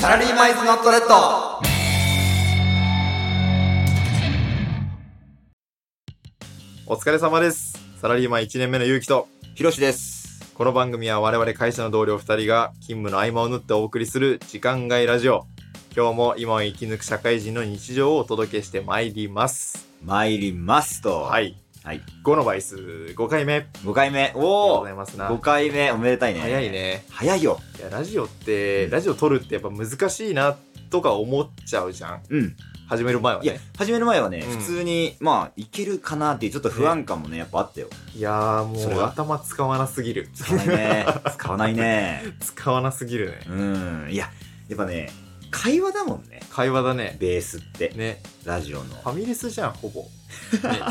サラリーマイズノットレッドお疲れ様です。サラリーマン1年目のゆうきと、ひろしですこの番組は我々会社の同僚2人が勤務の合間を縫ってお送りする時間外ラジオ。今日も今を生き抜く社会人の日常をお届けしてまいります。参りますとははい、い。5のバイス、5回目。 5回目おおごおざいますな5。回目おめでたいね早いね。早いよいや、ラジオって、うんラジオ撮るってやっぱ難しいなとか思っちゃうじゃん。うん始める前はいやね。始める前はね、うん普通にまあいけるかなっていうちょっと不安感もねやっぱあったよ いやーもそうれは頭使わなすぎる。使わないね使わないね 使わなすぎるね。うんいややっぱね会話だもんね会話だね。ベースってね。ラジオのファミレスじゃん、ほ ぼ。ね、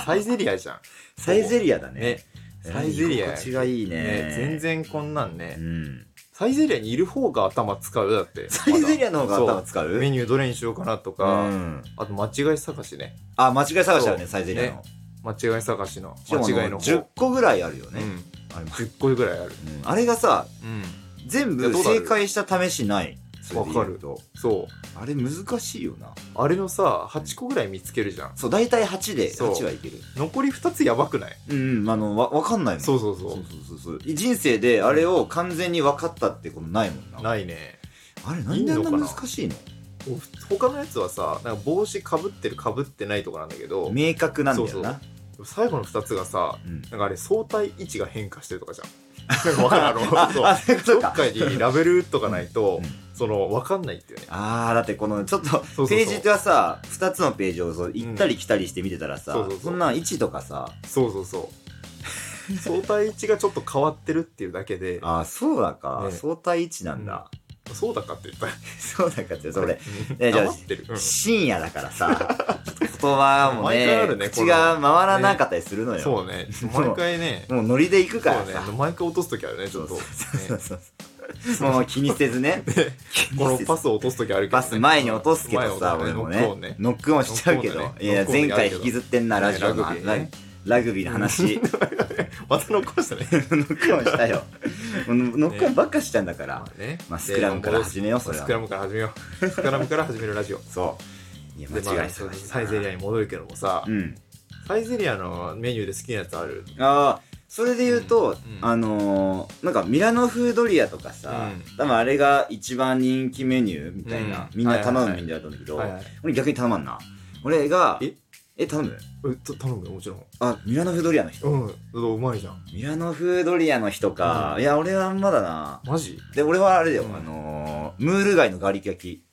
サイゼリアじゃサイゼリアだん。ねね。サイゼリア心地がいいねね、全然こんなんねう。んサイゼリアにいる方が頭使うよだって。 サイゼリアの方が頭使使う。うメニューどれにしようかなとか、うんあと間違い探しね。あ間違い探しだそねうサイゼリアのね間違い探しの。しかもあ間違いの方。 10個ぐらいあるようね、ん。あれも10個ぐらいある。うんあれがさうん。全いや部どうだろう正解した試しないそれで言うとそう。あれ難しいよなあれのさ、8個ぐらい見つけるじゃん。そう大体8でそう8はいける残り2つやばくないうんうんあのわ分かんないもんそうそうそうそそうそうそう人生であれを完全に分かったってことないもんう。なないね。あれなんであんな難しいの他のやつはさ、なんか帽子かぶってるかぶってないとかなんだけど、明確なんだよなそうそう最後の2つがさ、うんなんかあれ相対位置が変化してるとかじゃん。なんかわかるあの、そう あそういうことどかっかにラベルとかないと、うんその、わかんないっていうね。あーだってこのちょっとそうそうページはさ2つのページをそう行ったり来たりして見てたらさ、そうそうそうそんなん位置とかさそうそうそう。相対位置がちょっと変わってるっていうだけで、ああそうだか、ね相対位置なんだ、そうだかって言った。そうだかってそれうんねじゃあ黙ってる。うん深夜だから さ、ちょっと言葉も毎回あねるね口が回らなかったりするのよ。そうね。毎回ね、もうノリで行くそかうらねさ。。毎回落とすときあるね、ちょっと。ねそうそうそうもう気にせずね。気にこのせずパスを落とすときあるけどね。パス前に落とすけどさ、俺前をもねノックオンねね。ノックオンしちゃうけノッど。クオンいねや、ノックオ前ンやる回けど引きずってんな、ラジオのラグビーねララグビーの話。また残したね。ノックオンしたよ。もうノックオンばっかしちゃうんだからま。あ ね まあスクラムから始めようそれはスクラムから始めよう。スクラムから始めるラジオ。そう。いや、でまあ間違い探しサイゼリアに戻るけどもさ、うん。サイゼリアのメニューで好きなやつあるああそれで言うと、うんうんあのーなんかミラノ風ドリアとかさ、うん多分あれが一番人気メニューみたいな、うんみんなはいはい頼はいむメニューだったんだけど、はいはい俺逆に頼まんな俺がえ頼むえと頼むよもちろんあミラノ風ドリアの人、うんだからうまいじゃんミラノ風ドリアの人か、うんいや俺はあんまだなマジで俺はあれだよ、うんあのームール貝のガリ焼き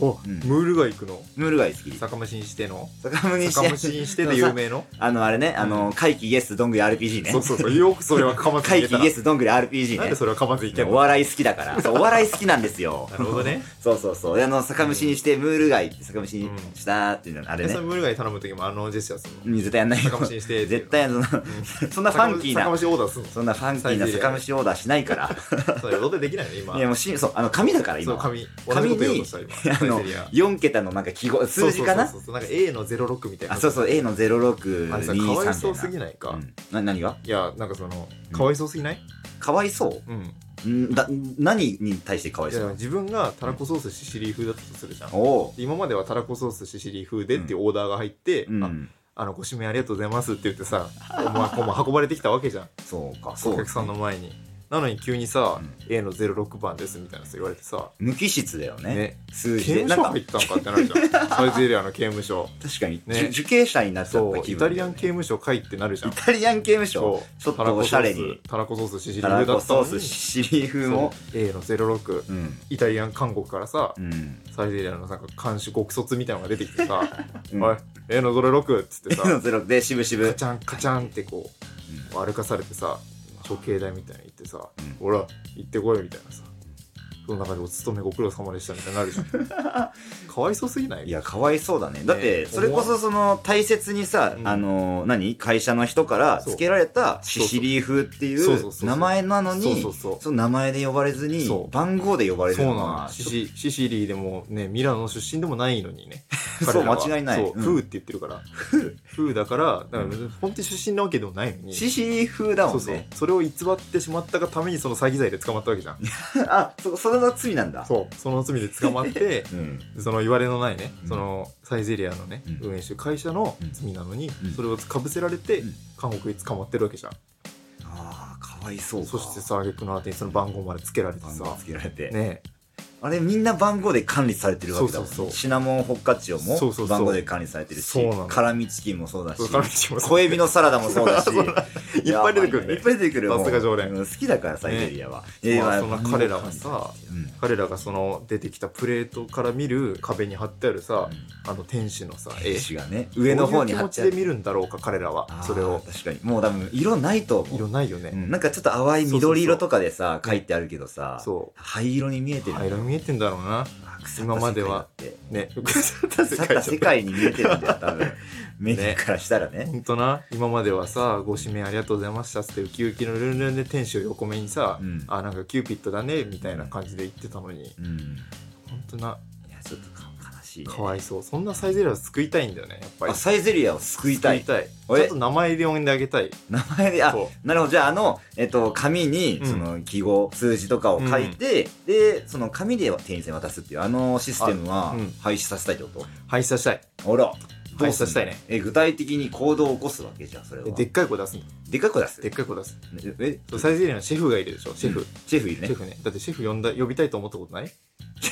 お、うんムールが行くのムール貝好き酒蒸しにしての坂本に酒蒸ししてにしてで有名のあのあれねあのー怪奇ゲスどんぐり RPG ねそうそうそうよくそれはかまず怪いけ奇たゲスどんぐり RPG なんねでそれはかまずいけんおの笑い好きだから。そう、お笑い好きなんですよ。なるほど。ねそうそうそう。であの、酒蒸しにして、ムール貝って酒蒸しにしたっていうの、あれでねその。ムール貝頼む時もあのジェスチャーするのうん絶対やんないよ。酒蒸しにしてっていう絶対やんそんなそんなファンキー酒蒸な、しオーダーするそんなファンキーなサイゼリア酒蒸しオーダーしないから。のそれどうでできないの今いや、もうし、そう、あの、紙だから、そ今うは。紙同じこと言おうとした今あサイのゼリア、 4桁のなんか記号、数字かなそうそうそうそうなんか A の06みたいなあ、そうそう、A の0623みあたれいさな。かわいそうすぎないか、うんな、何がいやなんかそのうんかわいそうすぎない、かわいそうん、うんだ、何に対してかわいいそやでもう自分がたらこソースシシリー風だったとするじゃん、おう。今まではたらこソースシシリー風でっていうオーダーが入って、うあん。あのご指名ありがとうございますって言ってさ、まあ、こうまあ運ばれてきたわけじゃんそうか、そう。お客さんの前になのに急にさ、うん A の06番ですみたいなさ言われてさ無機質だよね。ね数刑字で。務なん所か入ったんかってなるじ ゃんサイゼリアの刑務所確かに、ねじゅ受刑者になっちゃっそたう気イ分だタよね、リアン刑務所かいってなるじゃんイタリアン刑務所そうちょっとおしゃれにたらこソースシシリタ風ラだコったソのースにシリ風もそう A の06うんイタリアン韓国からさ、うんサイゼリアのなんか監視獄卒みたいなのが出てきてさ「うんおい A の06」っ つってさ A の06で渋々、カチャンカチャンってこうんう歩かされてさ処刑台みたいに行ってさうん「ほら行ってこい」みたいなさその中でお勤めご苦労様でしたみたいになるじゃん かわいそうすぎないいやかわいそうだねだってそれこそその大切にさ、うんあの何会社の人からそう付けられたシシリ風っていそうそううそう名前なのそうそうにそうその名前で呼ばれずにそう番号で呼ばれるそうのなのはシちょっシシシリーでもねミラノ出身でもないのにね彼らはそう間違いないそう、うんフーって言ってるから。フーだから、だから別に本当に出身なわけでもないのに。獅子風だもんそうね。そう。それを偽ってしまったがためにその詐欺罪で捕まったわけじゃん。あ、そ、それが罪なんだ。そう。その罪で捕 まって、うん。その言われのないね、うんそのサイゼリアのね、うん運営してる会社の罪なのに、うんそれをかぶせられて、うん韓国に捕まってるわけじゃん。ああ、かわいそうか。そして、さ、挙句の果てにその番号までつけられて番号さ、つけられて。ねあれ、みんな番号で管理されてるわけだもんね。そうそうそうシナモンホッカッチオもそうそうそう番号で管理されてるし、そうなの辛味チキンもそうだし、そう辛味チキンもそう小エビのサラダもそうだし、そういっぱい出てくるねいっぱい出てくる。さすが常連もううん好きだから、サイゼリアは。ねえまあまあそんな番号彼らはさうん、彼らがその出てきたプレートから見る壁に貼ってあるさ、あの天使 のさ絵絵師がね、上の方に貼っちゃどういうう気持ちで。見るんだろうか彼らはあーそれを確かに。もう多分、色ないと思う。色ないようね、んなんかちょっと淡い緑色とかでさ、書いてあるけどさ、そ灰色に見えてうる。灰色に見えてんだろうなあ今までは。 ね腐った腐った世界に見えてるんだよ、多 分。メニューからしたらね。ほんとな今まではさ「ご指名ありがとうございました」っつってウキウキのルンルンで天使を横目にさ「うんあなんかキューピッドだね」みたいな感じで言ってたのにうん。いほんとなや、ちょっとか悲しいね。かわいそうそんなサイゼリアを救いたいんだよねやっぱりあ、サイゼリアを救いたい。救いおいちょっと名前で呼んであげたい名前で、あそ、なるほど。じゃあ、あの、えっと、紙にう、んその、記号、数字とかを書いて、で、その紙で店員さんに渡すっていう、あのシステムあはうん廃止させたいってこと廃止させたいあら。廃止させたいねえ、具体的に行動を起こすわけじゃん、それは。ででっかい子出すんだでっかい子出す。でっかい子出すえ、そうサイゼリアのシェフがいるでしょシェフ、うんシェフいるねシェ。フねだってシェフ呼んだ呼びたいと思ったことな いい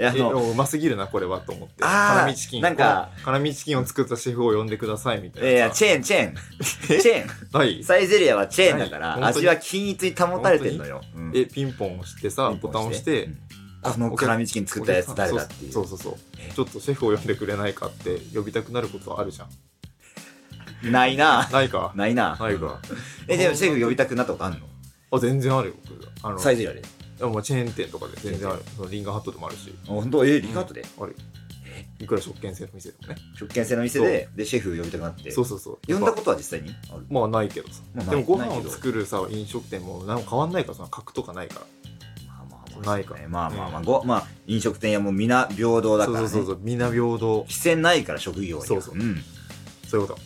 やあえの、うますぎるなこれはと思ってあー辛味チキンをなんか辛味チキンを作ったシェフを呼んでくださいみたいいなやいや、ェチェーン、チェーン。チェーン。はいサイゼリアはチェーンだかはら、い本当に味は均一に保たれてんのよ。うんえピンポン押してさボタン押して、うんこの辛味チキン作ったやつ誰だっていう。そうそうそうえちょっとシェフを呼んでくれないかって呼びたくなることあるじゃんないな。ないかないな。ないかえ、でもシェフ呼びたくなったことあんのあ全然あるよあのサイゼリアで。あまあチェーン店とかで全然あるそのリンガーハットでもあるしあ本当え、リカートで。あるよいくら食券制の店でもね食券制の店で、で、シェフ呼びたくなって。そうそうそう呼んだやっことは実際にあるぱまあないけどさ、まあでもないごな飯いをけど作るさ飲食店も何も変わんないからさ格とかないからまあまあまあ。ないかそうねまあまあまあ、ご、まあ、飲食店やもう皆平等だからそうね。そうそうそうみんな平等規制ないから、職業には。そうそううん。そういうこ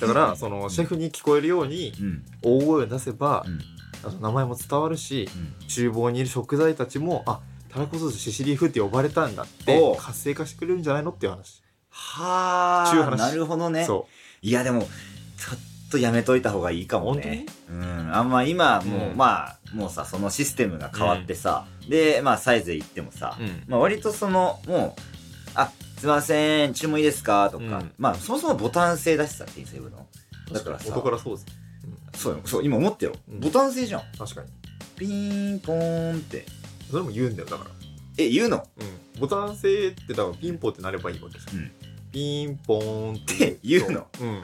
とだからそのシェフに聞こえるようにうん。大声を出せばうん。あの名前も伝わるしうん厨房にいる食材たちもあタラコソースシシリーフって呼ばれたんだっておう活性化してくれるんじゃないのっていう話は中あ、話なるほどね。そいや、でも、ちょっとやめといた方がいいかもね。うん。あんま今、もう、うんまあ、もうさ、そのシステムが変わってさ、で、まあ、サイズ行ってもさ、う、うん、まあ、割とその、もう、あ、すいません、注文いいですかとか、うんまあ、そもそもボタン制だしさ、店員さん呼ぶの。だからさ元からそうですそうよ、そう、今思ってよ。うんボタン制じゃん。確かにピーン、ポーンって。それも言うんだよだからえ、言うのうん、ボタン制ってだからピンポンってなればいいわけじゃん、うんピンポーンってって言うのそううん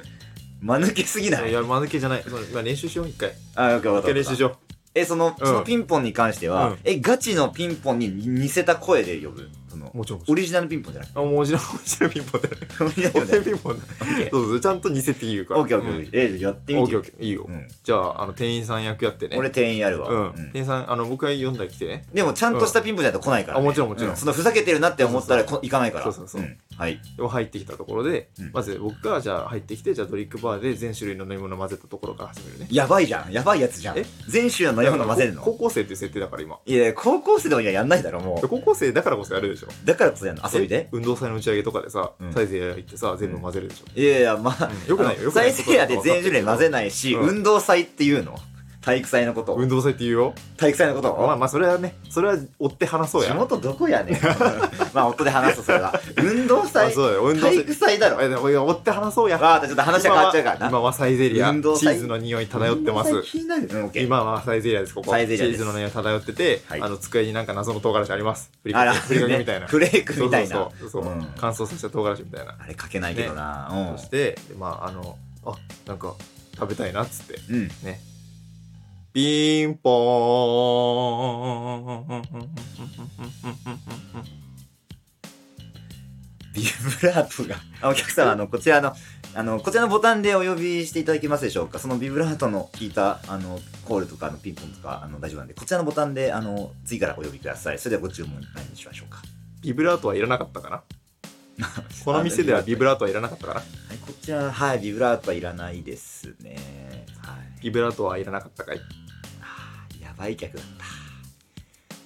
間抜けすぎ ないいや間抜けじゃないそのまあ練習しよう一回あ、よくわ一か回る練習しよえ、その、うんそのピンポンに関しては、うんえ、ガチのピンポンに似せた声で呼ぶ。そのう、もちろんもちオろんリジナルピンポンじゃなくて。あ もちろんもちろんピンポンだよねオリジナルピンポンじゃなくて俺ピンポンだオッケー そうそうちゃんと似せて言うからオッケーオッケーオッケー。え、やってうんオみッケてーよオ。ッうケーいいよ、んじゃああの店員さん役やってね俺店員やるわ。ううんん、店員さんあの僕が読んだら来てねでもちゃんとしたピンポンじゃないと来ないからね。あもちろんもちろんうそのふざけてるなって思ったらこ行かないから。そうそうそうんはい。でも入ってきたところで、うんまず僕がじゃあ入ってきてじゃあドリンクバーで全種類の飲み物混ぜたところから始めるねやばいじゃん。やばいやつじゃんえ。全種の飲み物混ぜる高の校生っていう設定だから今いや、高校生でもいややんないだろ、もでう。高校生だからこそやるでしょだからこそやんの。遊びえで。運動祭の打ち上げとかでさ、うんサイズや行ってさ全部混ぜるでしょ、いやいや、まあうん、よくないよよくない再生やで全種類混ぜないし、うん運動祭っていうの。体育祭のこと。運動祭って言うよ体育祭のことまあまあそれはねそれは追って話そう地や元どこやねん まあ夫で話すそれは運動あ祭そうだよ運動体祭育祭だろえでもいや追って話そうやわあちょっと話が変わっちゃうからな今はサイゼリアチ運動祭ーズの匂い漂ってます運動祭気になるうんオッケー今はサイゼリアですここサイゼリアですチーズの匂い漂ってて、はいあの机になんか謎の唐辛子ありますふりあからけふりかけみたいな、ねフレークみたいなそうそうそうそう、うん乾燥させた唐辛子みたいな、あれかけないけどな、そしてでまああのあなんか食べたいなっつってうんうんねピンポーンビブラートがあお客様あのこちらのあのこちらのボタンでお呼びしていただけますでしょうかそのビブラートの効いたあのコールとかあのピンポンとかあの大丈夫なんでこちらのボタンであの次からお呼びくださいそれではご注文何にしましょうか ビブラートはいらなかったかなこの店ではビブラートはいらなかったからはい、こちら、はい、ビブラートはいらないですね。はい。ビブラートはいらなかったかいあーやばい客だっ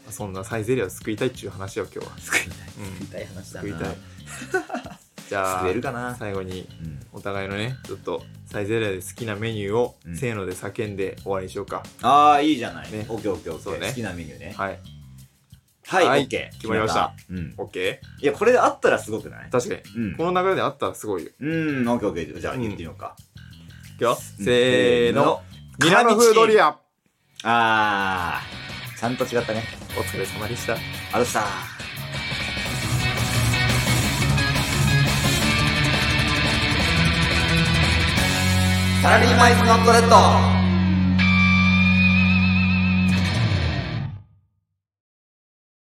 た。そんなサイゼリアを救いたいっちゅう話を今日は作りたい。うん作りたい話だ救な。いたいじゃ作れるかあな。最後にうん。お互いのねちょっとサイゼリアで好きなメニューを、うんせーので叫んで終わりにしようかああ、いいじゃない。ねオッケーオッケーオそうッケねー。好きなメニューね。はいはい、はいオッケー。決まりました決めた。うん。 OK いや、これあったらすごくない確かにうん。この流れであったらすごいようん、オッケーオッケー。じゃあ、言ってみようか。いくよせーの。ミラノ南風ドリア。アあー、ちゃんと違ったね。お疲れ様でしたあどした。サラリーマイズのトレッド